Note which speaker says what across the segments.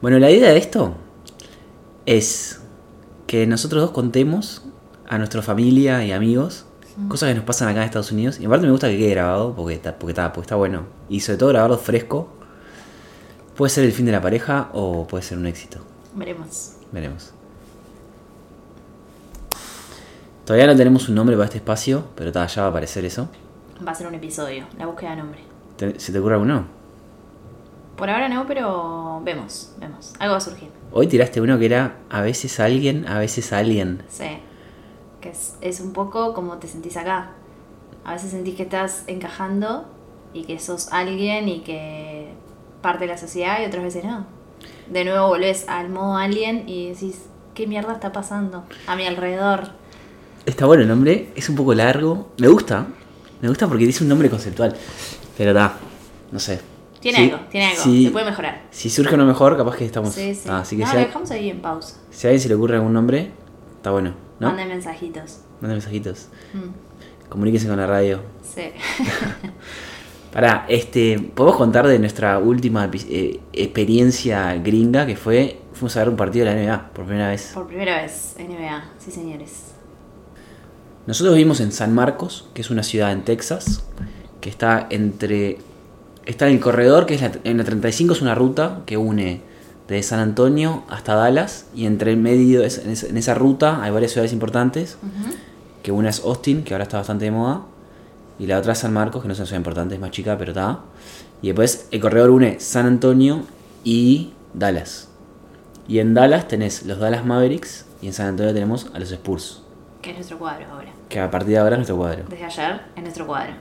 Speaker 1: Bueno, la idea de esto es que nosotros dos contemos a nuestra familia y amigos cosas que nos pasan acá en Estados Unidos. Y aparte me gusta que quede grabado porque está, porque está, porque está bueno. Y sobre todo grabarlo fresco. Puede ser el fin de la pareja o puede ser un éxito.
Speaker 2: Veremos.
Speaker 1: Veremos. Todavía no tenemos un nombre para este espacio, pero ta, ya va a aparecer eso.
Speaker 2: Va a ser un episodio, la búsqueda de nombre.
Speaker 1: ¿Te- ¿Se te ocurre alguno?
Speaker 2: Por ahora no, pero vemos, vemos. Algo va a surgir.
Speaker 1: Hoy tiraste uno que era a veces alguien, a veces alguien.
Speaker 2: Sí. Que es, es un poco como te sentís acá. A veces sentís que estás encajando y que sos alguien y que parte de la sociedad y otras veces no. De nuevo volvés al modo alien y decís, ¿qué mierda está pasando a mi alrededor?
Speaker 1: Está bueno el nombre, es un poco largo. Me gusta, me gusta porque dice un nombre conceptual. Pero da, no sé.
Speaker 2: Tiene
Speaker 1: Sí,
Speaker 2: algo, tiene algo,
Speaker 1: sí.
Speaker 2: se puede mejorar.
Speaker 1: Si surge uno mejor, capaz que estamos.
Speaker 2: Sí, sí.
Speaker 1: Ah, así que
Speaker 2: no,
Speaker 1: si,
Speaker 2: lo
Speaker 1: a,
Speaker 2: dejamos ahí en pausa.
Speaker 1: si a alguien se le ocurre algún nombre, está bueno, ¿no?
Speaker 2: Manden mensajitos.
Speaker 1: Manden mensajitos.
Speaker 2: Mm,
Speaker 1: Comuníquense con la radio.
Speaker 2: sí.
Speaker 1: Pará, este, ¿podemos contar de nuestra última epi- eh, experiencia gringa que fue? Fuimos a ver un partido de la NBA por primera vez.
Speaker 2: Por primera vez, NBA, sí señores.
Speaker 1: Nosotros vivimos en San Marcos, que es una ciudad en Texas, que está entre. Está en el corredor, que es la, en la 35 es una ruta que une desde San Antonio hasta Dallas, y entre el medio, es- en esa- en esa ruta hay varias ciudades importantes,
Speaker 2: Ujú.
Speaker 1: que una es Austin, que ahora está bastante de moda, y la otra es San Marcos, que no es una ciudad importante, es más chica, pero está. Y después el corredor une San Antonio y Dallas. Y en Dallas tenés los Dallas Mavericks, y en San Antonio tenemos a los Spurs,
Speaker 2: Que es nuestro cuadro ahora.
Speaker 1: que a partir de ahora es nuestro cuadro.
Speaker 2: Desde ayer es nuestro cuadro.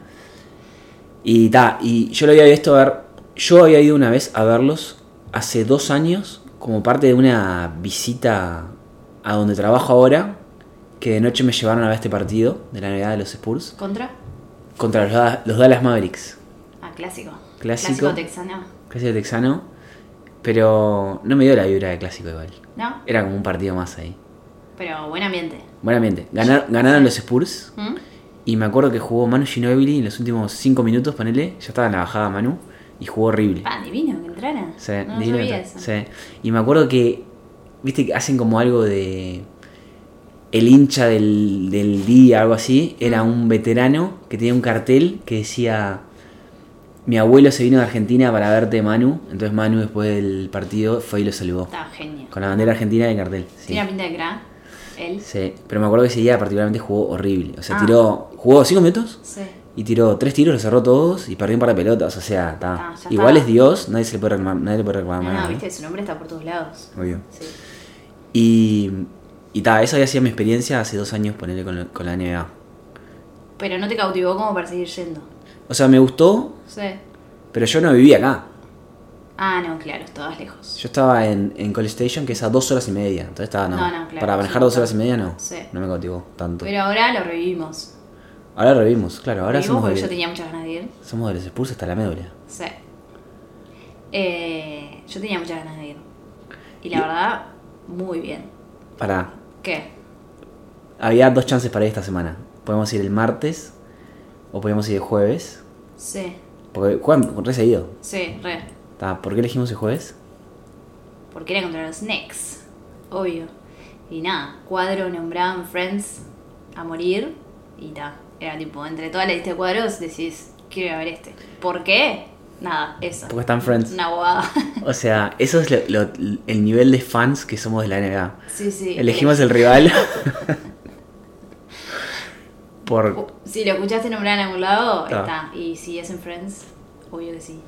Speaker 1: Y ta, y yo lo había visto a ver. Yo había ido una vez a verlos hace dos años, como parte de una visita a donde trabajo ahora, que de noche me llevaron a ver este partido de la Navidad de los Spurs
Speaker 2: ¿Contra?
Speaker 1: contra los, Da- los Dallas Mavericks.
Speaker 2: Ah, clásico.
Speaker 1: Clásico.
Speaker 2: texano.
Speaker 1: Casi de texano, pero no me dio la vibra de clásico igual.
Speaker 2: ¿No?
Speaker 1: Era como un partido más ahí.
Speaker 2: Pero buen ambiente.
Speaker 1: Buen ambiente. Ganar- ganaron los Spurs
Speaker 2: ¿Mm?
Speaker 1: y me acuerdo que jugó Manu Ginobili en los últimos cinco minutos, ponele. Ya estaba en la bajada Manu y jugó horrible.
Speaker 2: Ah, divino que entrara.
Speaker 1: Sí,
Speaker 2: no
Speaker 1: divino
Speaker 2: sabía
Speaker 1: que-
Speaker 2: eso.
Speaker 1: sí. Y me acuerdo que, viste, que hacen como algo de... El hincha del, del día, algo así, era
Speaker 2: Mm.
Speaker 1: un veterano que tenía un cartel que decía, mi abuelo se vino de Argentina para verte Manu, entonces Manu después del partido fue y lo saludó.
Speaker 2: Estaba genio.
Speaker 1: Con la bandera argentina y el cartel. Sí.
Speaker 2: Tiene pinta de cra. Él. Sí.
Speaker 1: Sí, Pero me acuerdo que ese día particularmente jugó horrible. O sea,
Speaker 2: Ah.
Speaker 1: tiró, jugó cinco minutos y tiró tres tiros, los cerró todos y perdió un par de pelotas. O sea, ta.
Speaker 2: Ah, ya
Speaker 1: igual es
Speaker 2: está.
Speaker 1: Dios, nadie se le puede reclamar. Nadie le puede reclamar
Speaker 2: No,
Speaker 1: nada,
Speaker 2: no,
Speaker 1: ¿no?
Speaker 2: viste, su nombre está por todos lados.
Speaker 1: Obvio.
Speaker 2: Sí.
Speaker 1: Y, y ta, esa había sido mi experiencia hace dos años ponerle con, la- con la NBA.
Speaker 2: Pero no te cautivó como para seguir yendo.
Speaker 1: O sea, me gustó,
Speaker 2: Sí.
Speaker 1: pero yo no vivía acá.
Speaker 2: Ah, no, claro, estabas lejos.
Speaker 1: Yo estaba en, en College Station, que es a dos horas y media. Entonces estaba, no.
Speaker 2: No, no, claro,
Speaker 1: para manejar
Speaker 2: sí,
Speaker 1: dos
Speaker 2: claro.
Speaker 1: horas y media, no.
Speaker 2: Sí.
Speaker 1: No me cautivó tanto.
Speaker 2: Pero ahora lo revivimos.
Speaker 1: ahora revivimos, claro. Ahora
Speaker 2: Revivimos
Speaker 1: somos
Speaker 2: porque
Speaker 1: de,
Speaker 2: yo tenía muchas ganas de ir.
Speaker 1: somos de los Spurs hasta la médula.
Speaker 2: Sí. Eh, yo tenía muchas ganas de ir. Y la verdad, muy bien.
Speaker 1: Para.
Speaker 2: ¿Qué?
Speaker 1: Había dos chances para ir esta semana. Podemos ir el martes o podemos ir el jueves.
Speaker 2: Sí,
Speaker 1: Porque juegan re seguido.
Speaker 2: sí, re.
Speaker 1: Ta, ¿Por qué elegimos el jueves?
Speaker 2: Porque era contra los Knicks, obvio. Y nada, cuadro nombraban Friends a morir y ta. Era tipo, entre toda la lista de cuadros decís, quiero ir a ver este. ¿Por qué? Nada, eso.
Speaker 1: Porque están friends.
Speaker 2: Una bobada.
Speaker 1: O sea, eso es lo- lo- el nivel de fans que somos de la NBA.
Speaker 2: sí, sí.
Speaker 1: Elegimos el rival. Por.
Speaker 2: Si lo escuchaste nombrar en algún lado,
Speaker 1: Ta.
Speaker 2: está. Y si es en Friends, obvio que sí.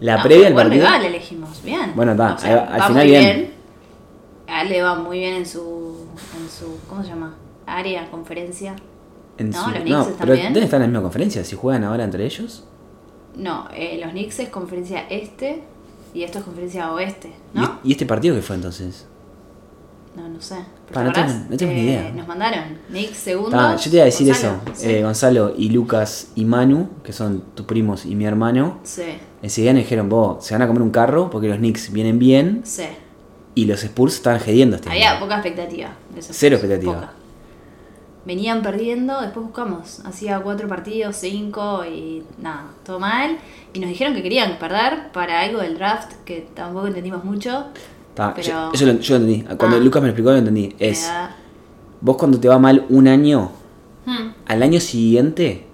Speaker 1: La
Speaker 2: No,
Speaker 1: previa al
Speaker 2: buen
Speaker 1: partido.
Speaker 2: rival elegimos, bien.
Speaker 1: Bueno, ta,
Speaker 2: O sea,
Speaker 1: al- al
Speaker 2: va
Speaker 1: final
Speaker 2: muy
Speaker 1: bien.
Speaker 2: A él le va muy bien en su, en su, ¿cómo se llama? Área, conferencia.
Speaker 1: en
Speaker 2: No,
Speaker 1: su-
Speaker 2: los Knicks
Speaker 1: no,
Speaker 2: están
Speaker 1: pero
Speaker 2: bien.
Speaker 1: deben estar en la misma conferencia. Si juegan ahora entre ellos.
Speaker 2: No, eh, los Knicks es conferencia este y esto es conferencia oeste,
Speaker 1: ¿Y-
Speaker 2: ¿no?
Speaker 1: ¿Y, este partido qué fue entonces?
Speaker 2: No, no sé.
Speaker 1: Pa, no
Speaker 2: ¿Te acordás?
Speaker 1: tengo- no tengo ni
Speaker 2: Eh,
Speaker 1: idea.
Speaker 2: Nos mandaron Knicks segundo.
Speaker 1: Ta, yo te iba a decir
Speaker 2: Gonzalo,
Speaker 1: eso.
Speaker 2: Sí.
Speaker 1: Eh, Gonzalo y Lucas y Manu, que son tus primos y mi hermano,
Speaker 2: sí,
Speaker 1: enseguida me dijeron, vos, se van a comer un carro porque los Knicks vienen bien
Speaker 2: sí.
Speaker 1: y los Spurs están gediendo este
Speaker 2: Había
Speaker 1: año".
Speaker 2: poca expectativa. de esos
Speaker 1: Cero
Speaker 2: juegos,
Speaker 1: expectativa.
Speaker 2: poca. venían perdiendo, después buscamos, hacía cuatro partidos, cinco y nada, todo mal. Y nos dijeron que querían perder para algo del draft, que tampoco entendimos mucho.
Speaker 1: Ta,
Speaker 2: Pero-
Speaker 1: yo, eso lo, yo lo entendí. Cuando
Speaker 2: Ah.
Speaker 1: Lucas me lo explicó, lo entendí.
Speaker 2: Me
Speaker 1: Es,
Speaker 2: da-
Speaker 1: vos cuando te va mal un año,
Speaker 2: Hmm,
Speaker 1: al año siguiente,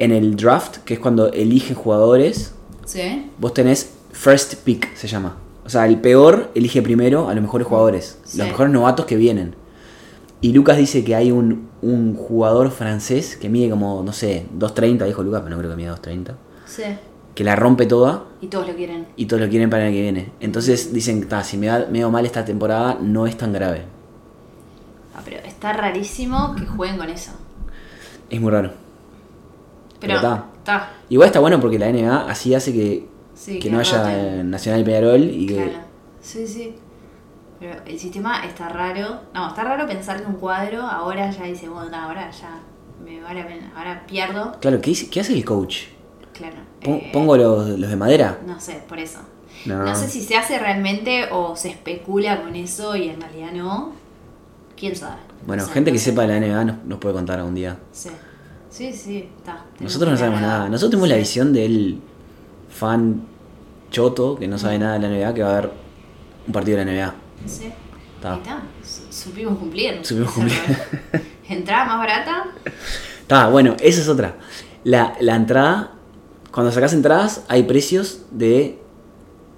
Speaker 1: en el draft, que es cuando eligen jugadores,
Speaker 2: Sí,
Speaker 1: vos tenés first pick, se llama. O sea, el peor elige primero a los mejores jugadores,
Speaker 2: Sí.
Speaker 1: los mejores novatos que vienen. Y Lucas dice que hay un, un jugador francés que mide como, no sé, 2.30, dijo Lucas, pero no creo que mida 2.30,
Speaker 2: sí.
Speaker 1: que la rompe toda
Speaker 2: Y todos lo quieren.
Speaker 1: y todos lo quieren para el año que viene. Entonces dicen, "Ta, si me da medio mal esta temporada, no es tan grave.
Speaker 2: Ah, pero está rarísimo que jueguen con eso.
Speaker 1: Es muy raro. Pero
Speaker 2: Pero
Speaker 1: está.
Speaker 2: está.
Speaker 1: Igual está bueno porque la NBA así hace que,
Speaker 2: Sí,
Speaker 1: que
Speaker 2: que
Speaker 1: no haya
Speaker 2: roten.
Speaker 1: eh, Nacional y Peñarol y que...
Speaker 2: Claro. Sí, sí. Pero el sistema está raro. No, está raro pensar que un cuadro ahora ya dice, bueno, no, ahora ya me vale la pena, ahora pierdo.
Speaker 1: Claro, ¿qué, dice- qué hace el coach?
Speaker 2: Claro.
Speaker 1: Pon-
Speaker 2: eh,
Speaker 1: ¿Pongo los, los de madera?
Speaker 2: No sé, por eso.
Speaker 1: No.
Speaker 2: No. sé si se hace realmente o se especula con eso y en realidad no. ¿Quién sabe?
Speaker 1: Bueno,
Speaker 2: O sea,
Speaker 1: gente
Speaker 2: no
Speaker 1: que
Speaker 2: sé.
Speaker 1: sepa de la NBA nos, nos puede contar algún día.
Speaker 2: Sí, sí, sí, está.
Speaker 1: Nosotros no sabemos nada. Nosotros tenemos la visión del fan choto que no sabe nada de la NBA que va a ver un partido de la NBA.
Speaker 2: Sí.
Speaker 1: Ta.
Speaker 2: Ahí está. Su- Supimos cumplir.
Speaker 1: Supimos cumplir.
Speaker 2: Entrada más barata.
Speaker 1: Está, bueno, esa es otra. La, la entrada, cuando sacas entradas, hay precios de.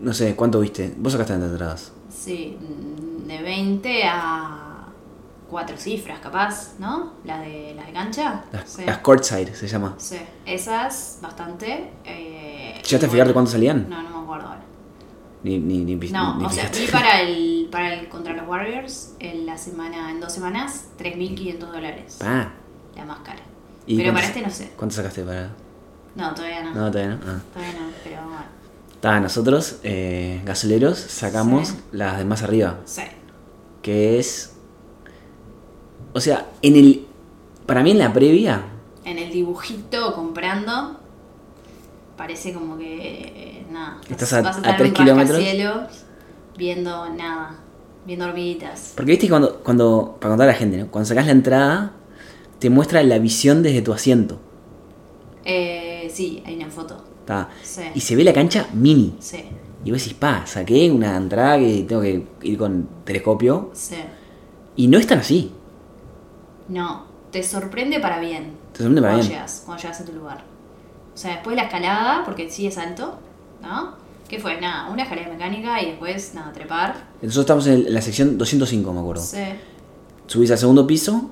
Speaker 1: No sé, ¿cuánto viste? Vos sacaste tantas entradas.
Speaker 2: Sí, mm, de 20 a cuatro cifras, capaz, ¿no? La de la de cancha.
Speaker 1: Las,
Speaker 2: sí.
Speaker 1: las courtside se llama.
Speaker 2: Sí. Esas, bastante. Eh,
Speaker 1: ¿Llegaste a
Speaker 2: y
Speaker 1: fijarte
Speaker 2: bueno,
Speaker 1: cuánto salían?
Speaker 2: No, no me acuerdo ahora.
Speaker 1: Ni, ni, ni, ni-
Speaker 2: No,
Speaker 1: ni
Speaker 2: o sea,
Speaker 1: fijaste.
Speaker 2: vi para el, para el contra los Warriors en la semana, en dos semanas, 3.500 dólares.
Speaker 1: Pa.
Speaker 2: La más cara.
Speaker 1: ¿Y
Speaker 2: Pero para
Speaker 1: cuántos-
Speaker 2: este no sé.
Speaker 1: ¿Cuánto sacaste para.?
Speaker 2: No, todavía no.
Speaker 1: No, todavía no. Ah.
Speaker 2: Todavía no, pero bueno.
Speaker 1: Está, nosotros, eh, gasoleros, sacamos
Speaker 2: Sí.
Speaker 1: las de más arriba,
Speaker 2: Sí.
Speaker 1: que es... O sea, en el... Para mí en la previa,
Speaker 2: En el dibujito comprando, parece como que. eh, nada.
Speaker 1: Estás
Speaker 2: vas-
Speaker 1: a-
Speaker 2: vas
Speaker 1: a
Speaker 2: estar en
Speaker 1: tres
Speaker 2: un
Speaker 1: kilómetros.
Speaker 2: rascacielos viendo nada. Viendo hormiguitas.
Speaker 1: porque viste que cuando, cuando, para contar a la gente, ¿no? cuando sacas la entrada, te muestra la visión desde tu asiento.
Speaker 2: Eh, sí, hay una foto.
Speaker 1: está.
Speaker 2: Sí.
Speaker 1: Y se ve la cancha mini.
Speaker 2: Sí,
Speaker 1: Y vos decís, pa, saqué una entrada que tengo que ir con telescopio.
Speaker 2: sí.
Speaker 1: Y no es tan así.
Speaker 2: No, te sorprende para bien.
Speaker 1: Te sorprende para
Speaker 2: cuando
Speaker 1: bien.
Speaker 2: llegas, cuando llegas a tu lugar. O sea, después la escalada, porque sí es alto, ¿no? ¿Qué fue? Nada, una escalera mecánica y después, nada, trepar.
Speaker 1: Nosotros estamos en, el- en la sección 205, me acuerdo.
Speaker 2: Sí,
Speaker 1: Subís al segundo piso,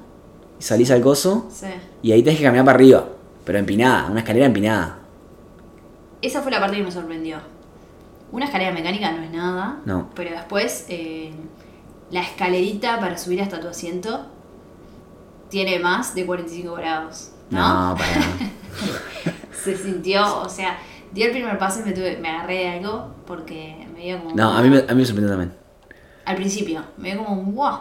Speaker 1: salís al coso,
Speaker 2: sí.
Speaker 1: Y ahí tenés que caminar para arriba, pero empinada, una escalera empinada.
Speaker 2: Esa fue la parte que me sorprendió. Una escalera mecánica no es nada.
Speaker 1: No.
Speaker 2: Pero después, eh, la escalerita para subir hasta tu asiento tiene más de 45 grados.
Speaker 1: No, para.
Speaker 2: se sintió, o sea, di el primer paso y me, tuve, me agarré de algo porque me dio como...
Speaker 1: No, a mí, me- a mí me sorprendió también.
Speaker 2: Al principio, me dio como un wow.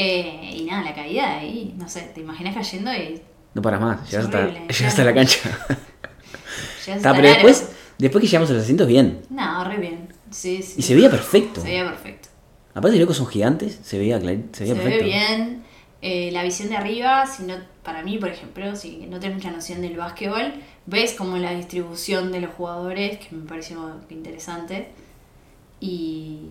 Speaker 2: Eh, y nada, la caída ahí, no sé, te imaginas cayendo y
Speaker 1: No paras más, llegas, hasta,
Speaker 2: horrible,
Speaker 1: llegas hasta la cancha.
Speaker 2: llegas
Speaker 1: Ta,
Speaker 2: hasta
Speaker 1: pero
Speaker 2: el aro.
Speaker 1: después, después que llegamos a los asientos, bien.
Speaker 2: No, re bien. Sí, sí.
Speaker 1: Y se veía perfecto.
Speaker 2: Se veía perfecto.
Speaker 1: Aparte, locos son gigantes, se veía, clar- se veía
Speaker 2: Se ve
Speaker 1: perfecto.
Speaker 2: bien. eh, la visión de arriba, si no, para mí, por ejemplo, si no tenés mucha noción del básquetbol, ves como la distribución de los jugadores, que me pareció interesante. Y.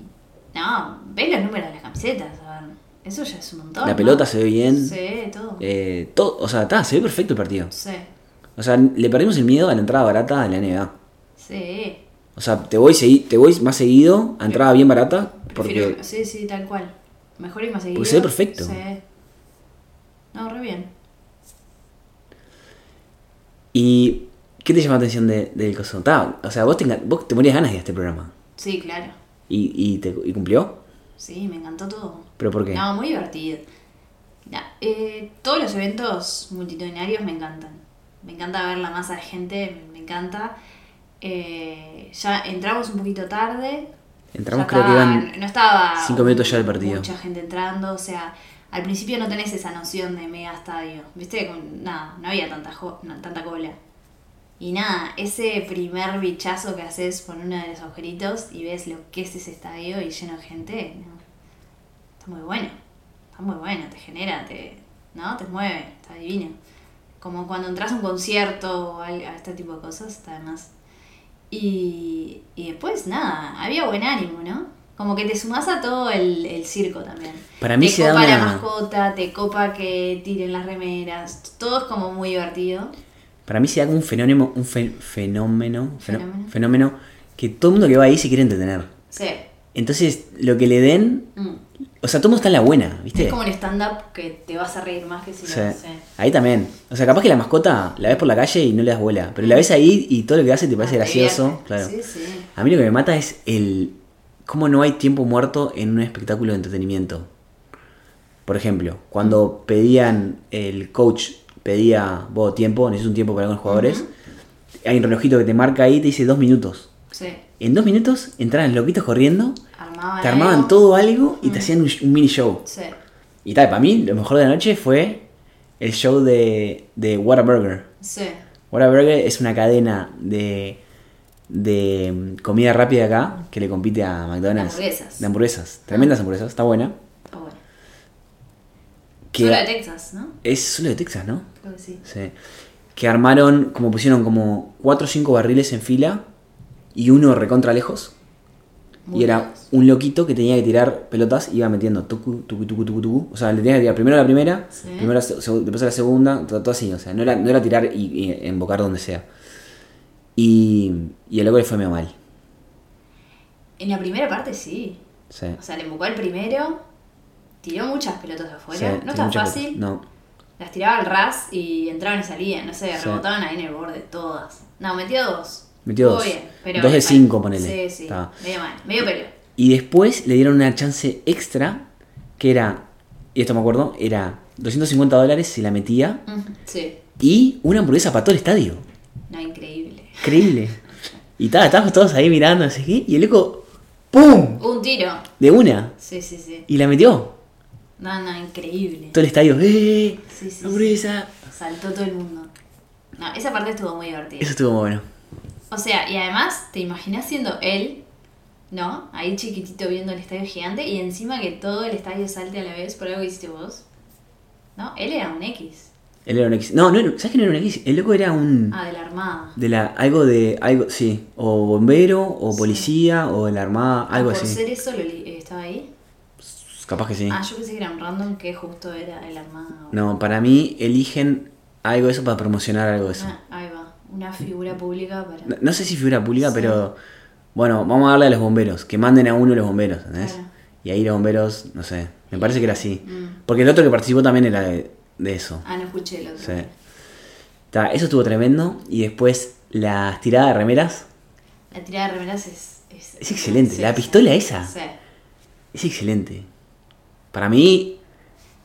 Speaker 2: No, ves los números de las camisetas, a ver. Eso ya es un montón.
Speaker 1: La
Speaker 2: ¿no?
Speaker 1: pelota se ve bien.
Speaker 2: Sí, todo.
Speaker 1: Eh, todo, o sea, ta, se ve perfecto el partido.
Speaker 2: Sí,
Speaker 1: O sea, le perdimos el miedo a la entrada barata de la NBA.
Speaker 2: sí.
Speaker 1: O sea, te voy, segui- te voy más seguido a entrada bien barata
Speaker 2: Prefiero-
Speaker 1: porque
Speaker 2: Sí, sí, tal cual. Mejor y más seguido.
Speaker 1: Porque se ve perfecto.
Speaker 2: Sí. No, re bien.
Speaker 1: ¿Y qué te llamó la atención de- del coso? Ta, o sea, vos te, engan- vos te morías ganas de este programa.
Speaker 2: Sí, claro.
Speaker 1: ¿Y, y, te, y cumplió?
Speaker 2: Sí, me encantó todo.
Speaker 1: ¿Pero por qué?
Speaker 2: No, muy divertido. Na- eh, todos los eventos multitudinarios me encantan. Me encanta ver la masa de gente, me- me encanta. Eh, ya entramos un poquito tarde.
Speaker 1: Entramos,
Speaker 2: Ya
Speaker 1: creo que
Speaker 2: estaba-
Speaker 1: iban
Speaker 2: No estaba.
Speaker 1: cinco minutos ya del partido.
Speaker 2: Mucha gente entrando, o sea. Al principio no tenés esa noción de mega estadio. ¿Viste? Con- Nada, no había tanta, jo- no, tanta cola. Y nada, ese primer bichazo que haces con uno de los agujeritos y ves lo que es ese estadio y lleno de gente, no. está muy bueno. Está muy bueno, te genera, te. ¿no? Te mueve, está divino. Como cuando entras a un concierto o al- a este tipo de cosas, está de más. Y, y después, nada, había buen ánimo, ¿no? Como que te sumás a todo el, el circo también.
Speaker 1: Para mí
Speaker 2: te
Speaker 1: se da
Speaker 2: copa la
Speaker 1: una-
Speaker 2: mascota, te copa que tiren las remeras, todo es como muy divertido.
Speaker 1: Para mí se da como un fenómeno, un fe- fenómeno, fenó-
Speaker 2: Fenómeno.
Speaker 1: fenómeno que todo el mundo que va ahí se quiere entretener.
Speaker 2: Sí.
Speaker 1: Entonces, lo que le den,
Speaker 2: Mm.
Speaker 1: o sea, todo el mundo está en la buena, ¿viste?
Speaker 2: Es como un stand-up que te vas a reír más que si
Speaker 1: Sí.
Speaker 2: lo sí.
Speaker 1: Ahí también. O sea, capaz que la mascota la ves por la calle y no le das bola. Pero la ves ahí y todo lo que hace te parece
Speaker 2: Ah, te
Speaker 1: gracioso.
Speaker 2: divierte.
Speaker 1: Claro.
Speaker 2: Sí, sí.
Speaker 1: A mí lo que me mata es el. cómo no hay tiempo muerto en un espectáculo de entretenimiento. Por ejemplo, cuando pedían. El coach pedía. Vos, tiempo, necesito un tiempo para hablar con los jugadores. Hay un relojito que te marca ahí y te dice dos minutos.
Speaker 2: Sí.
Speaker 1: En dos minutos entraban los loquitos corriendo,
Speaker 2: Armaban
Speaker 1: te armaban
Speaker 2: algo.
Speaker 1: todo algo y te hacían un, un mini show.
Speaker 2: Sí.
Speaker 1: Y tal, para mí lo mejor de la noche fue el show de, de Whataburger.
Speaker 2: Sí.
Speaker 1: Whataburger es una cadena de, de mm, comida rápida acá que le compite a McDonald's.
Speaker 2: De hamburguesas. Ah.
Speaker 1: De hamburguesas. Tremendas hamburguesas, está buena.
Speaker 2: Está bueno.
Speaker 1: Que
Speaker 2: Solo de Texas, ¿no?
Speaker 1: es solo de Texas, ¿no?
Speaker 2: Creo que sí.
Speaker 1: Sí. Que armaron, como pusieron como 4 o 5 barriles en fila y uno recontra lejos.
Speaker 2: Muy
Speaker 1: y era
Speaker 2: buenos.
Speaker 1: un loquito que tenía que tirar pelotas y iba metiendo tucu, tucu, tucu, tucu, tucu. O sea, le tenía que tirar primero a la primera,
Speaker 2: Sí.
Speaker 1: primero a la se- seg- después a la segunda, todo, todo así. O sea, no era, no era tirar y, y embocar donde sea. Y, y el loco le fue medio mal.
Speaker 2: En la primera parte sí.
Speaker 1: Sí.
Speaker 2: O sea, le embocó el primero, tiró muchas pelotas
Speaker 1: Sí,
Speaker 2: afuera. no
Speaker 1: tenía
Speaker 2: tan
Speaker 1: mucha pelota.
Speaker 2: fácil.
Speaker 1: No.
Speaker 2: Las tiraba al ras y entraban y salían. No sé,
Speaker 1: Sí.
Speaker 2: rebotaban ahí en el borde todas. No, metió dos.
Speaker 1: Metió
Speaker 2: Estuvo
Speaker 1: dos.
Speaker 2: bien, pero
Speaker 1: Dos de
Speaker 2: mal.
Speaker 1: cinco, ponele.
Speaker 2: Sí, sí.
Speaker 1: Está.
Speaker 2: Medio mal. Medio pelo.
Speaker 1: Y después le dieron una chance extra que era, y esto me acuerdo, era 250 dólares si la metía
Speaker 2: Ujú. Mm, Sí.
Speaker 1: y una hamburguesa para todo el estadio.
Speaker 2: No, increíble.
Speaker 1: Increíble. Y ta, estábamos todos ahí mirando, así que, y el eco, ¡pum!
Speaker 2: Un tiro.
Speaker 1: De una.
Speaker 2: Sí, sí, sí.
Speaker 1: Y la metió.
Speaker 2: No, no, increíble.
Speaker 1: Todo el estadio, ¡eh!
Speaker 2: Sí, sí,
Speaker 1: ¡Hamburguesa!
Speaker 2: Saltó todo el mundo. No, esa parte estuvo muy divertida.
Speaker 1: Eso estuvo muy bueno.
Speaker 2: O sea, y además te imaginas siendo él, ¿no? Ahí chiquitito viendo el estadio gigante y encima que todo el estadio salte a la vez por algo que hiciste vos. ¿No? Él era un X.
Speaker 1: Él era un X. No, no, era- ¿sabes que no era un X? El loco era un.
Speaker 2: Ah, de la Armada.
Speaker 1: De la, algo de. algo Sí, o bombero, o policía, o de la armada, algo
Speaker 2: Ah, por
Speaker 1: así.
Speaker 2: ser eso lo li- eh, estaba ahí.
Speaker 1: Capaz que sí.
Speaker 2: Ah, yo pensé que era un random que justo era el Armada.
Speaker 1: No, para mí eligen algo de eso para promocionar algo de eso.
Speaker 2: Ah, ahí va. Una figura pública para.
Speaker 1: pues No, no sé si figura pública, pero bueno, vamos a darle a los bomberos, que manden a uno los bomberos, ¿entendés?
Speaker 2: Claro.
Speaker 1: Y ahí los bomberos, no sé, me parece que era así.
Speaker 2: Mm.
Speaker 1: Porque el otro que participó también era de, de eso.
Speaker 2: Ah, no escuché el otro.
Speaker 1: Sí. Ta, eso estuvo tremendo. Y después la tirada de remeras,
Speaker 2: La tirada de remeras es. Es,
Speaker 1: es excelente.
Speaker 2: sí,
Speaker 1: la
Speaker 2: sí.
Speaker 1: pistola esa,
Speaker 2: Sí.
Speaker 1: es excelente. Para mí,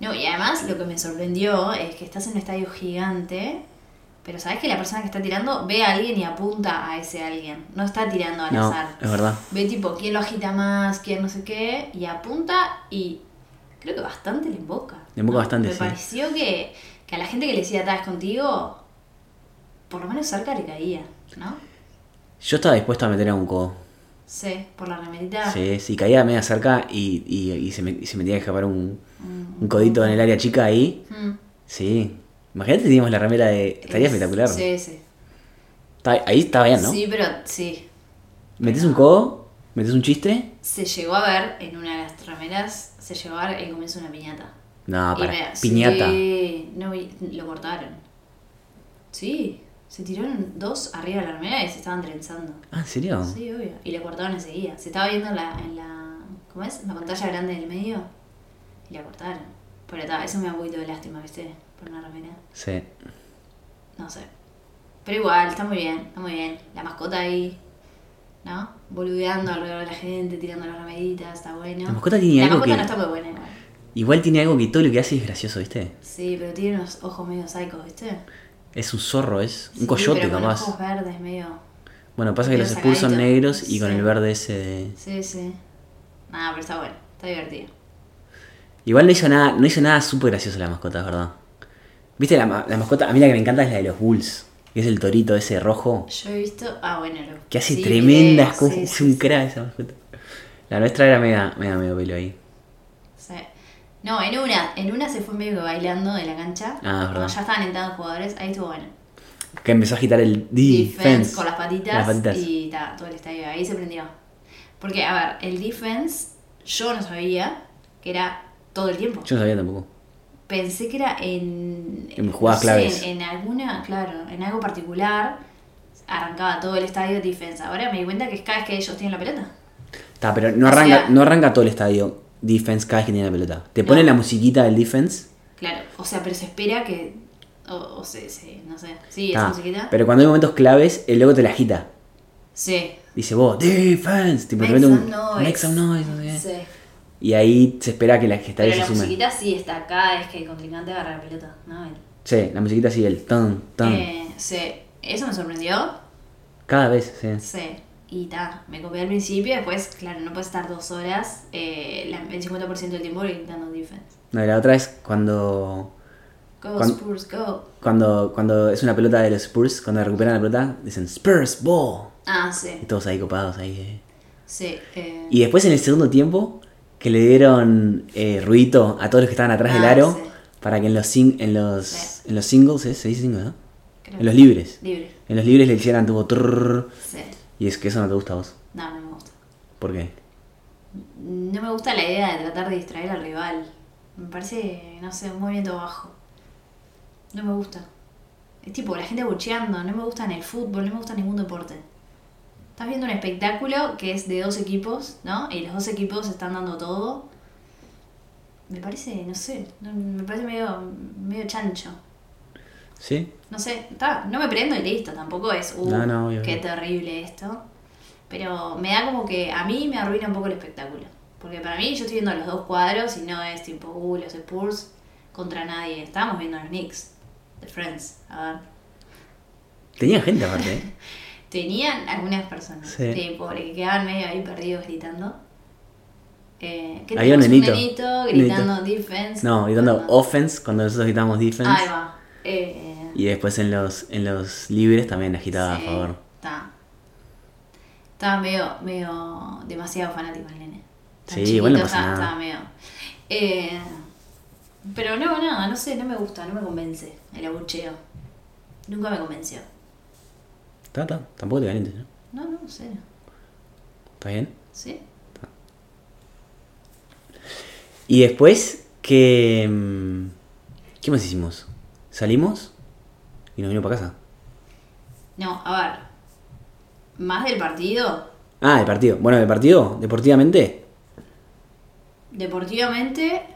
Speaker 2: No, y además lo que me sorprendió es que estás en un estadio gigante, pero sabes que la persona que está tirando ve a alguien y apunta a ese alguien. No está tirando al
Speaker 1: no,
Speaker 2: azar.
Speaker 1: es verdad.
Speaker 2: Ve tipo quién lo agita más, quién no sé qué, y apunta y creo que bastante le emboca.
Speaker 1: Le emboca bastante,
Speaker 2: Me
Speaker 1: sí.
Speaker 2: pareció que, que a la gente que le decía atrás contigo, por lo menos cerca le caía, ¿no?
Speaker 1: Yo estaba dispuesto a meter a un codo.
Speaker 2: Sí, por la remerita.
Speaker 1: Sí, sí, caía media cerca y, y- y se, me, y se me tenía que escapar un,
Speaker 2: Mm.
Speaker 1: un codito en el área chica ahí.
Speaker 2: Mm.
Speaker 1: Sí. Imagínate, teníamos la remera de. Estaría
Speaker 2: Es-
Speaker 1: espectacular.
Speaker 2: Sí, sí.
Speaker 1: Está- ahí está bien, ¿no?
Speaker 2: Sí, pero sí,
Speaker 1: Metes un codo, metes un chiste.
Speaker 2: se llegó a ver en una de las trameras, se llegó a ver el comienzo de una piñata.
Speaker 1: No,
Speaker 2: Y
Speaker 1: para.
Speaker 2: me-
Speaker 1: Ah, piñata.
Speaker 2: Sí, no, vi- lo cortaron. Sí, se tiraron dos arriba de la armera y se estaban trenzando.
Speaker 1: Ah, ¿en serio?
Speaker 2: Sí, obvio. Y lo cortaron enseguida. Se estaba viendo en la, en la. ¿Cómo es? En la pantalla grande del medio. Y la cortaron. Pero ta, eso me da un poquito de lástima, ¿viste? Por una remera.
Speaker 1: Sí.
Speaker 2: No sé. Pero igual, está muy bien, está muy bien. La mascota ahí, ¿no? Boludeando alrededor de la gente, tirando las remeditas, está bueno.
Speaker 1: La mascota tiene
Speaker 2: La
Speaker 1: algo
Speaker 2: mascota
Speaker 1: que-
Speaker 2: no está muy buena igual.
Speaker 1: Igual tiene algo que todo lo que hace es gracioso, ¿viste?
Speaker 2: Sí, pero tiene unos ojos medio psicos, ¿viste?
Speaker 1: Es un zorro, es un
Speaker 2: Sí,
Speaker 1: coyote
Speaker 2: pero con
Speaker 1: capaz.
Speaker 2: ojos verdes, medio.
Speaker 1: Bueno, pasa que
Speaker 2: medio
Speaker 1: los expulsos
Speaker 2: sacadito.
Speaker 1: negros y con
Speaker 2: Sí.
Speaker 1: el verde ese de.
Speaker 2: Sí, sí. Nada, pero está bueno, está divertido.
Speaker 1: Igual no hizo nada, no hizo nada súper gracioso la mascota, es verdad. ¿Viste la, ma- la mascota? A mí la que me encanta es la de los Bulls, que es el torito ese rojo.
Speaker 2: Yo he visto. Ah, bueno, lo.
Speaker 1: Que hace
Speaker 2: sí,
Speaker 1: tremendas
Speaker 2: videos,
Speaker 1: cosas.
Speaker 2: sí,
Speaker 1: es
Speaker 2: sí,
Speaker 1: un
Speaker 2: sí.
Speaker 1: crack esa mascota. La nuestra era media, media medio pelo ahí.
Speaker 2: Sí. No, en una, en una se fue medio que bailando de la cancha.
Speaker 1: Ah, es
Speaker 2: Cuando
Speaker 1: verdad.
Speaker 2: ya estaban entrando jugadores, ahí estuvo bueno.
Speaker 1: Que empezó a agitar el defense.
Speaker 2: defense, con las patitas,
Speaker 1: Las patitas.
Speaker 2: y ta, todo el estadio ahí se prendió. Porque, a ver, el defense yo no sabía que era todo el tiempo.
Speaker 1: Yo no sabía tampoco.
Speaker 2: Pensé que era en,
Speaker 1: En jugadas
Speaker 2: no sé,
Speaker 1: claves.
Speaker 2: en, en alguna, claro, en algo particular arrancaba todo el estadio defense. Ahora me di cuenta que es cada vez que ellos tienen la pelota.
Speaker 1: Está, pero no
Speaker 2: O
Speaker 1: arranca,
Speaker 2: sea-
Speaker 1: no arranca todo el estadio defense cada vez que tiene la pelota. Te ponen la musiquita del defense.
Speaker 2: Claro, o sea, pero se espera que o, o se, se- no sé. Sí,
Speaker 1: está.
Speaker 2: esa musiquita.
Speaker 1: Ah, Pero cuando hay momentos claves, el loco te la agita.
Speaker 2: Sí.
Speaker 1: Dice vos, defense. Tipo, te
Speaker 2: Make
Speaker 1: mete un-
Speaker 2: some noise.
Speaker 1: Make some noise. no sé qué.
Speaker 2: Sí.
Speaker 1: Y ahí se espera que la que está
Speaker 2: Pero
Speaker 1: ahí
Speaker 2: la
Speaker 1: se sume.
Speaker 2: musiquita sí está acá, es que el contrincante agarra la pelota, ¿no? El-
Speaker 1: Sí, la musiquita sigue el tan, tan.
Speaker 2: Eh, sí. Eso me sorprendió.
Speaker 1: Cada vez, sí.
Speaker 2: Sí. Y ta, me copié al principio, después, claro, no puedes estar dos horas eh, la- el 50% del tiempo gritando defense.
Speaker 1: No, y la otra es cuando,
Speaker 2: Go,
Speaker 1: Cuan-
Speaker 2: Spurs, go.
Speaker 1: cuando cuando es una pelota de los Spurs, cuando recuperan la pelota, dicen Spurs ball.
Speaker 2: Ah,
Speaker 1: Y
Speaker 2: sí.
Speaker 1: todos ahí copados ahí. eh.
Speaker 2: Sí. eh,
Speaker 1: Y después en el segundo tiempo, que le dieron eh, ruidito a todos los que estaban atrás del
Speaker 2: Ah,
Speaker 1: aro,
Speaker 2: sí.
Speaker 1: para que en los, sing- en los,
Speaker 2: Sí.
Speaker 1: en los singles, eh, se dice singles, ¿no?
Speaker 2: creo-
Speaker 1: En los libres.
Speaker 2: Libre.
Speaker 1: En los libres le hicieran tuvo trrrr,
Speaker 2: Sí.
Speaker 1: y es que eso no te gusta a vos.
Speaker 2: No, no me gusta.
Speaker 1: ¿Por qué?
Speaker 2: No me gusta la idea de tratar de distraer al rival. Me parece, no sé, un movimiento bajo. No me gusta. Es tipo la gente bucheando, no me gusta en el fútbol, no me gusta ningún deporte. Estás viendo un espectáculo que es de dos equipos, ¿no? Y los dos equipos están dando todo. Me parece, no sé, no- me parece medio, medio chancho.
Speaker 1: ¿Sí?
Speaker 2: No sé, está, no me prendo y listo, tampoco es, uh,
Speaker 1: No, no, obvio,
Speaker 2: qué
Speaker 1: obvio.
Speaker 2: terrible esto. Pero me da como que a mí me arruina un poco el espectáculo. Porque para mí yo estoy viendo los dos cuadros y no es tipo, uh, los Spurs contra nadie. Estábamos viendo los Knicks, The Friends, a ver.
Speaker 1: Tenían gente aparte, ¿eh?
Speaker 2: Tenían algunas personas,
Speaker 1: Sí.
Speaker 2: tipo, que quedaban medio ahí perdidos gritando. Eh, ¿qué
Speaker 1: Había un
Speaker 2: tenemos?
Speaker 1: nenito.
Speaker 2: gritando defense.
Speaker 1: No, y dando
Speaker 2: Bueno,
Speaker 1: offense cuando nosotros gritamos defense.
Speaker 2: Ahí va. Eh,
Speaker 1: Y después en los, en los libres también agitaba a favor.
Speaker 2: Está. Estaba medio, medio demasiado fanático el nene. Tan
Speaker 1: Sí,
Speaker 2: chiquito,
Speaker 1: igual no pasa
Speaker 2: estaba-
Speaker 1: nada.
Speaker 2: estaba medio. Eh, pero no, nada, no sé, no me gusta, no me convence el abucheo. Nunca me convenció.
Speaker 1: Ta, ta, tampoco te calientes, ¿no?
Speaker 2: No, no, sé.
Speaker 1: ¿Está bien?
Speaker 2: ¿Sí?
Speaker 1: Y después que... mm, ¿Qué más hicimos? Salimos y nos vinimos para casa.
Speaker 2: No, a ver. Más del partido,
Speaker 1: Ah, el partido. Bueno, el partido, deportivamente.
Speaker 2: deportivamente,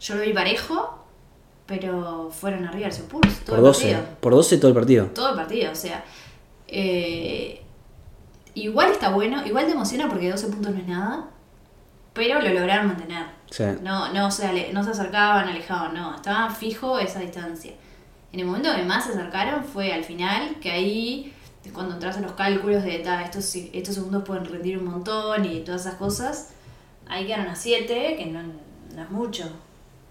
Speaker 2: yo lo vi parejo, pero fueron arriba el Spurs todo
Speaker 1: por
Speaker 2: el
Speaker 1: 12.
Speaker 2: partido.
Speaker 1: Por 12 todo el partido.
Speaker 2: todo el partido, o sea. eh, igual está bueno, igual te emociona porque 12 puntos no es nada, pero lo lograron mantener.
Speaker 1: O sea,
Speaker 2: No, no, se, ale- no se acercaban, alejaban, no, estaban fijo esa distancia. En el momento que más se acercaron fue al final, que ahí es cuando entras en los cálculos de "Ta, estos, si- estos segundos pueden rendir un montón y todas esas cosas. Ahí quedaron a 7, que no, no es mucho,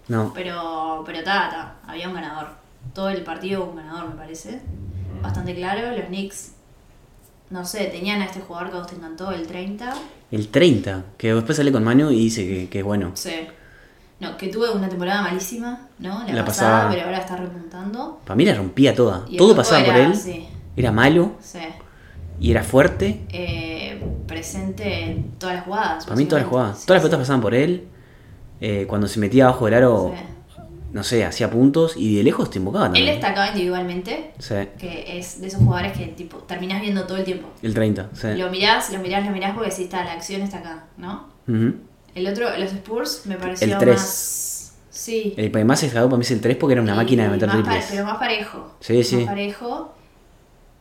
Speaker 1: no.
Speaker 2: pero, pero ta, ta, había un ganador. Todo el partido hubo un ganador, me parece.
Speaker 1: Mm.
Speaker 2: Bastante claro, los Knicks, no sé, tenían a este jugador que a vos te encantó, el 30.
Speaker 1: El 30, que después sale con Manu y dice que, que es bueno.
Speaker 2: Sí. No, que tuve una temporada malísima, ¿no? La,
Speaker 1: La
Speaker 2: pasada,
Speaker 1: pasada.
Speaker 2: pero ahora está repuntando.
Speaker 1: Para mí la rompía toda.
Speaker 2: Y el
Speaker 1: Todo
Speaker 2: loco
Speaker 1: pasaba por
Speaker 2: era-
Speaker 1: él.
Speaker 2: Sí,
Speaker 1: Era malo
Speaker 2: sí.
Speaker 1: y era fuerte.
Speaker 2: Eh, presente en todas las jugadas.
Speaker 1: Para mí todas las jugadas.
Speaker 2: básicamente.
Speaker 1: todas las pelotas pasaban por él. Eh, cuando se metía abajo del aro,
Speaker 2: Sí.
Speaker 1: no sé, hacía puntos y de lejos te embocaba
Speaker 2: Él
Speaker 1: también.
Speaker 2: destacaba individualmente,
Speaker 1: Sí,
Speaker 2: que es de esos jugadores que tipo terminás viendo todo el tiempo.
Speaker 1: el 30. Sí.
Speaker 2: Lo mirás, lo mirás, lo mirás porque si está, la acción está acá, ¿no?
Speaker 1: Ujú.
Speaker 2: El otro, los Spurs, me pareció
Speaker 1: El tres.
Speaker 2: más. Sí.
Speaker 1: El que más destacado para mí es el 3 porque era una
Speaker 2: Y
Speaker 1: máquina de meter
Speaker 2: más pare-
Speaker 1: triples.
Speaker 2: Pero más parejo.
Speaker 1: Sí,
Speaker 2: más
Speaker 1: sí.
Speaker 2: parejo.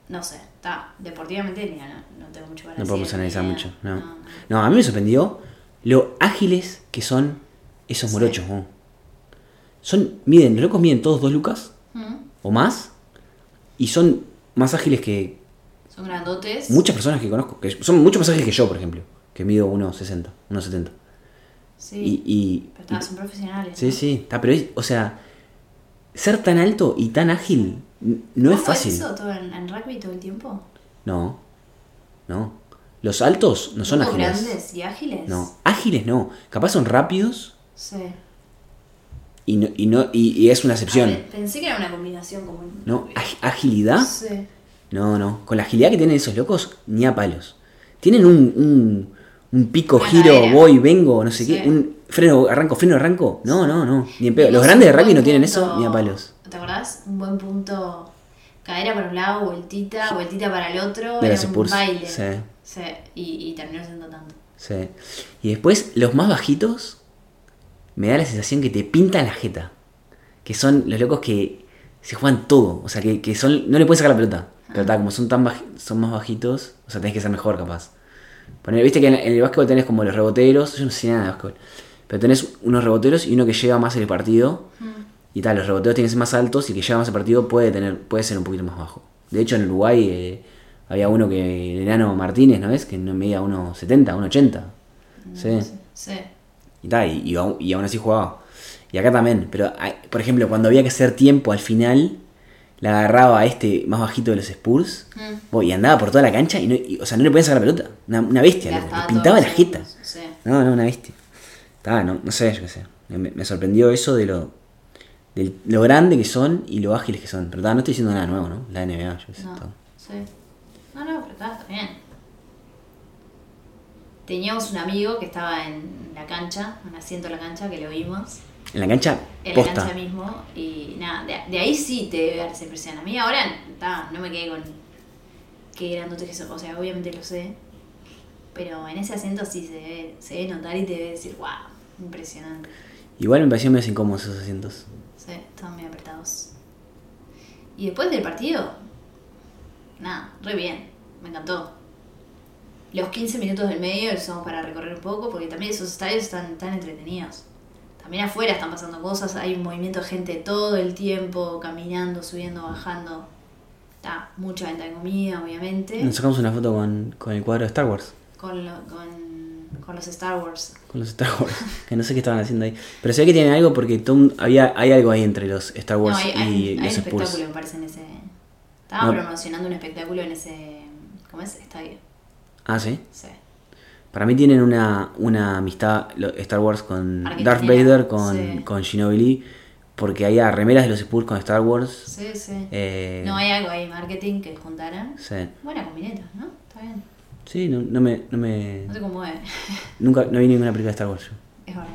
Speaker 2: No sé, está. Deportivamente mira, no, no tengo mucho para
Speaker 1: No
Speaker 2: decir,
Speaker 1: podemos
Speaker 2: ni
Speaker 1: analizar
Speaker 2: idea.
Speaker 1: mucho. No. no. a mí me sorprendió lo ágiles que son esos
Speaker 2: Sí.
Speaker 1: morochos. ¿no? Son, miden, los locos miden todos dos lucas
Speaker 2: Mm,
Speaker 1: o más y son más ágiles que
Speaker 2: Son grandotes.
Speaker 1: muchas personas que conozco. Que son mucho más ágiles que yo, por ejemplo, que mido 1,60, 1,70.
Speaker 2: Sí.
Speaker 1: Y, y-
Speaker 2: pero está, son profesionales.
Speaker 1: Sí,
Speaker 2: ¿no?
Speaker 1: sí, está, pero es- o sea, ser tan alto y tan ágil n- no es
Speaker 2: ¿Vos ves
Speaker 1: fácil.
Speaker 2: eso todo en, en rugby todo el tiempo?
Speaker 1: No, no. Los altos no son
Speaker 2: ¿Locos
Speaker 1: ágiles.
Speaker 2: grandes y ágiles?
Speaker 1: No, ágiles no. Capaz son rápidos,
Speaker 2: Sí.
Speaker 1: Y, no, y, no, y, y es una excepción.
Speaker 2: Ah, Pensé que era una combinación común.
Speaker 1: ¿No? Ah. Ag- ¿Agilidad?
Speaker 2: Sí.
Speaker 1: No, no. Con la agilidad que tienen esos locos, ni a palos. Tienen un, un, un pico,
Speaker 2: Una
Speaker 1: giro,
Speaker 2: cadera.
Speaker 1: voy, vengo, no sé
Speaker 2: Sí.
Speaker 1: qué. Un freno, arranco, freno, arranco. No, no, no. Ni en pedo.
Speaker 2: Tenemos
Speaker 1: Los grandes de
Speaker 2: un
Speaker 1: rugby no
Speaker 2: buen
Speaker 1: tienen
Speaker 2: punto-
Speaker 1: eso, ni a palos.
Speaker 2: ¿Te acordás? Un buen punto. Cadera para un lado, vueltita, vueltita para el otro.
Speaker 1: De
Speaker 2: era
Speaker 1: los
Speaker 2: un
Speaker 1: Spurs,
Speaker 2: baile.
Speaker 1: sí.
Speaker 2: Sí, Y, y terminó siendo tanto.
Speaker 1: Sí. Y después, los más bajitos, me da la sensación que te pintan la jeta. Que son los locos que se juegan todo. O sea, que, que son no le puedes sacar la pelota.
Speaker 2: Ah.
Speaker 1: Pero tá, como son tan baj- son más bajitos, o sea, tenés que ser mejor capaz. Poner, Viste que en, en el básquetbol tenés como los reboteros. Yo no sé nada de básquetbol. Pero tenés unos reboteros y uno que lleva más el partido. Y tal, los reboteos tienen que ser más altos y el que lleva más el partido puede tener puede ser un poquito más bajo. De hecho, en Uruguay eh, había uno que, el enano Martínez, ¿no ves? Que no medía 1,70, 1,80. Sí.
Speaker 2: Sí.
Speaker 1: Y tal, y, y aún- y aún así jugaba. Y acá también, pero hay- por ejemplo, cuando había que hacer tiempo al final, la agarraba a este más bajito de los Spurs
Speaker 2: Mm.
Speaker 1: bo, y andaba por toda la cancha y, no, y- o sea, no le podían sacar la pelota. Una, una bestia, loco, le
Speaker 2: Gastaba
Speaker 1: pintaba
Speaker 2: todos
Speaker 1: la
Speaker 2: los
Speaker 1: jeta.
Speaker 2: segundos, Sí.
Speaker 1: No, no, una bestia. Tá, no, no sé, yo qué sé. Me, me sorprendió eso de lo, de lo grande que son y lo ágiles que son. Pero tá, no estoy diciendo nada nuevo, ¿no? La NBA, yo qué sé. tá.
Speaker 2: No, sí. No, no, pero estaba bien. Teníamos un amigo que estaba en la cancha, un asiento en la cancha, que lo vimos.
Speaker 1: En la cancha,
Speaker 2: En la
Speaker 1: posta.
Speaker 2: cancha mismo. Y nada, de, de ahí sí te debe dar esa impresión. A mí ahora ta, no me quedé con qué grandote que eso. O sea, obviamente lo sé. Pero en ese acento sí se debe, se debe notar y te debe decir, wow, impresionante.
Speaker 1: Igual me pareció medio incómodo esos asientos.
Speaker 2: Sí, estaban muy apretados. Y después del partido, nada, re bien, me encantó. Los 15 minutos del medio los usamos para recorrer un poco, porque también esos estadios están tan entretenidos. También afuera están pasando cosas, hay un movimiento de gente todo el tiempo, caminando, subiendo, bajando. Está mucha venta de comida, obviamente,
Speaker 1: Nos sacamos una foto con, con el cuadro de Star Wars.
Speaker 2: con, lo- con, con los Star Wars.
Speaker 1: Con los Star Wars. que no sé qué estaban haciendo ahí. Pero se ve que tienen algo porque Tom, había, hay algo ahí entre los Star
Speaker 2: No,
Speaker 1: Wars
Speaker 2: hay,
Speaker 1: y
Speaker 2: hay un- hay un
Speaker 1: los Spurs.
Speaker 2: espectáculo, me parece, en ese... Estaba
Speaker 1: No.
Speaker 2: promocionando un espectáculo en ese... ¿Cómo es? Estadio.
Speaker 1: Ah, sí.
Speaker 2: Sí.
Speaker 1: Para mí tienen una, una amistad lo- Star Wars con
Speaker 2: Argentina,
Speaker 1: Darth Vader, con,
Speaker 2: sí.
Speaker 1: con Ginobili. Porque había remeras de los Spurs con Star Wars.
Speaker 2: Sí, sí.
Speaker 1: Eh,
Speaker 2: No hay algo ahí, marketing, que juntaran.
Speaker 1: Sí,
Speaker 2: Buena combineta, ¿no? Está bien.
Speaker 1: Sí, no, no me. No me
Speaker 2: No se conmueve.
Speaker 1: nunca no vi ninguna película de Star Wars yo.
Speaker 2: es verdad.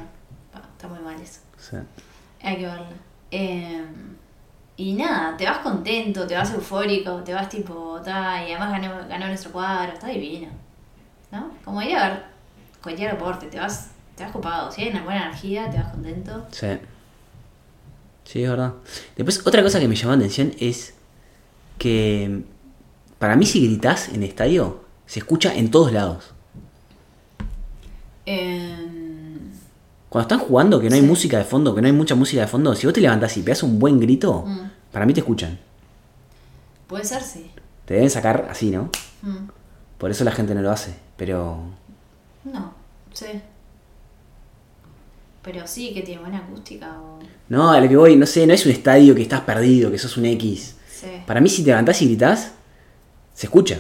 Speaker 2: Pa, Está muy mal eso.
Speaker 1: O sea,
Speaker 2: Hay que verla. Eh, y nada, te vas contento, te vas eufórico, te vas tipo, ta, y además ganó, ganó nuestro cuadro, está divino. ¿No? Como ir a ver cualquier deporte, te vas, te vas copado, si hay una buena energía, te vas contento.
Speaker 1: Sí. Sí, es verdad. Después, otra cosa que me llamó la atención es que mm, para mí si gritás en el estadio, se escucha en todos lados.
Speaker 2: Eh,
Speaker 1: Cuando están jugando, que no hay
Speaker 2: Sí.
Speaker 1: música de fondo, que no hay mucha música de fondo, si vos te levantás y pegás un buen grito,
Speaker 2: Mm.
Speaker 1: para mí te escuchan.
Speaker 2: puede ser, sí.
Speaker 1: Te deben sacar así, ¿no?
Speaker 2: Mm.
Speaker 1: Por eso la gente no lo hace. Pero
Speaker 2: No, sí. Pero sí, que tiene buena acústica o...
Speaker 1: No, a lo que voy, no sé, no es un estadio que estás perdido, que sos un X.
Speaker 2: Sí,
Speaker 1: Para mí, si te levantás y gritás, se escucha.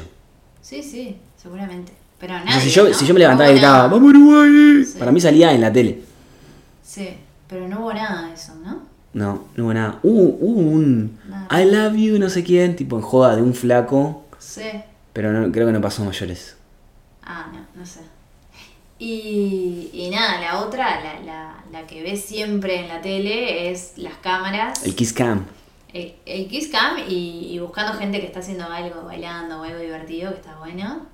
Speaker 2: sí, sí, seguramente. Pero
Speaker 1: O
Speaker 2: nadie,
Speaker 1: sea, si, yo,
Speaker 2: ¿no?
Speaker 1: si yo me levantaba
Speaker 2: No
Speaker 1: y
Speaker 2: hubo
Speaker 1: gritaba,
Speaker 2: nada.
Speaker 1: ¡Vamos Uruguay!
Speaker 2: Sí.
Speaker 1: Para mí salía en la tele.
Speaker 2: Sí, pero no hubo nada de eso, ¿no?
Speaker 1: No, no hubo nada. Hubo, hubo un
Speaker 2: Nada.
Speaker 1: I love you, no sé quién, tipo en joda de un flaco,
Speaker 2: Sí.
Speaker 1: pero no, creo que no pasó a mayores.
Speaker 2: Ah, no, no sé. Y, y nada, la otra, la, la, la que ves siempre en la tele es las cámaras,
Speaker 1: El Kiss Cam.
Speaker 2: el, Eh, el Kiss Cam y, y buscando gente que está haciendo algo, bailando o algo divertido, que está bueno.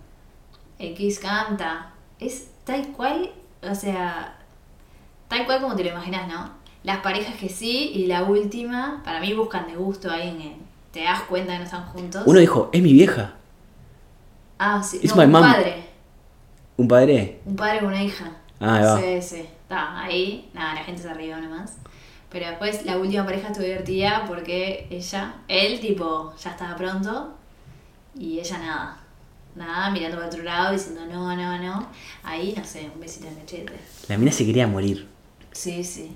Speaker 2: El Kiss Cam ta, es tal cual, o sea, tal cual como te lo imaginas, ¿no? Las parejas que sí y la última, para mí buscan de gusto a alguien que te das cuenta que no están juntos.
Speaker 1: Uno dijo, es mi vieja.
Speaker 2: ah, sí,
Speaker 1: It's
Speaker 2: no,
Speaker 1: my
Speaker 2: un
Speaker 1: mom.
Speaker 2: padre,
Speaker 1: Un padre. "Ah,
Speaker 2: un padre con una hija.
Speaker 1: Ahí va.
Speaker 2: Sí, sí. Está ahí. Nada, la gente se rió nomás. Pero después la última pareja estuvo divertida porque ella, él tipo, ya estaba pronto y ella nada. Nada, mirando para otro lado, diciendo no, no, no. Ahí, no sé, un besito en el cachete.
Speaker 1: La mina se quería morir.
Speaker 2: Sí, sí.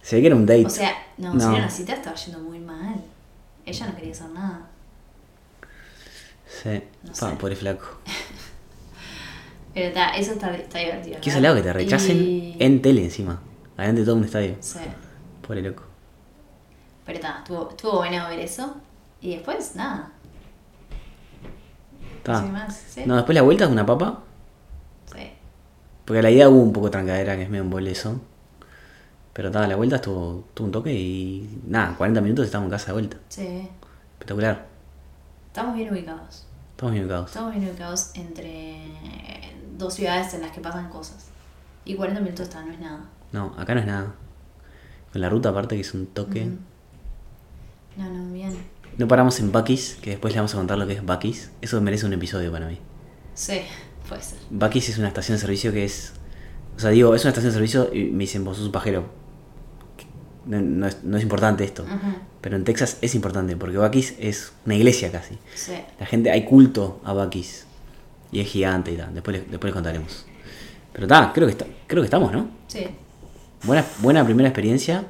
Speaker 1: Se ve que era un date.
Speaker 2: O sea, no, si
Speaker 1: No.
Speaker 2: era una cita estaba yendo muy mal. Ella no quería hacer nada.
Speaker 1: sí.
Speaker 2: no
Speaker 1: Pa,
Speaker 2: sé.
Speaker 1: pobre flaco.
Speaker 2: Pero está, eso está, está divertido.
Speaker 1: Qué
Speaker 2: ¿verdad?
Speaker 1: salado que te rechacen
Speaker 2: Y-
Speaker 1: en tele encima. Adelante de todo un estadio.
Speaker 2: Sí.
Speaker 1: Pobre loco.
Speaker 2: Pero nada, estuvo, estuvo bueno ver eso. Y después, nada.
Speaker 1: Ta.
Speaker 2: Sin más, ¿sí?
Speaker 1: No, después la vuelta es una papa.
Speaker 2: Sí.
Speaker 1: Porque a la idea hubo un poco de trancadera, que es medio un boleso. Pero estaba la vuelta, estuvo, tuvo un toque y nada, 40 minutos estábamos en casa de vuelta.
Speaker 2: Sí.
Speaker 1: Espectacular.
Speaker 2: Estamos bien ubicados.
Speaker 1: Estamos bien ubicados.
Speaker 2: Estamos bien ubicados entre dos ciudades en las que pasan cosas. Y 40 minutos está, no es nada.
Speaker 1: No, acá no es nada. Con la ruta aparte que es un toque.
Speaker 2: No, no, bien.
Speaker 1: No paramos en Bucky's, que después le vamos a contar lo que es Bucky's. Eso merece un episodio para mí.
Speaker 2: Sí, puede ser.
Speaker 1: Bucky's es una estación de servicio que es... O sea, digo, es una estación de servicio y me dicen, vos sos un pajero. No, no es, no es importante esto.
Speaker 2: Ujú.
Speaker 1: Pero en Texas es importante, porque Bucky's es una iglesia casi.
Speaker 2: Sí.
Speaker 1: La gente, hay culto a Bucky's. Y es gigante y tal. Después, les- después les contaremos. Pero ta, creo que está, creo que estamos, ¿no?
Speaker 2: Sí.
Speaker 1: Buena, buena primera experiencia.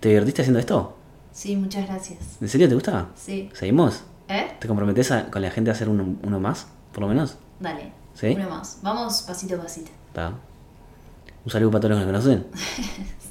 Speaker 1: ¿Te divertiste haciendo esto?
Speaker 2: Sí, muchas gracias.
Speaker 1: ¿En serio te gusta?
Speaker 2: Sí.
Speaker 1: ¿Seguimos?
Speaker 2: ¿Eh?
Speaker 1: ¿Te comprometes a- con la gente a hacer uno, uno más? Por lo menos.
Speaker 2: Dale.
Speaker 1: ¿Sí?
Speaker 2: Uno más. Vamos pasito a pasito.
Speaker 1: Ta. Un saludo para todos los que nos conocen.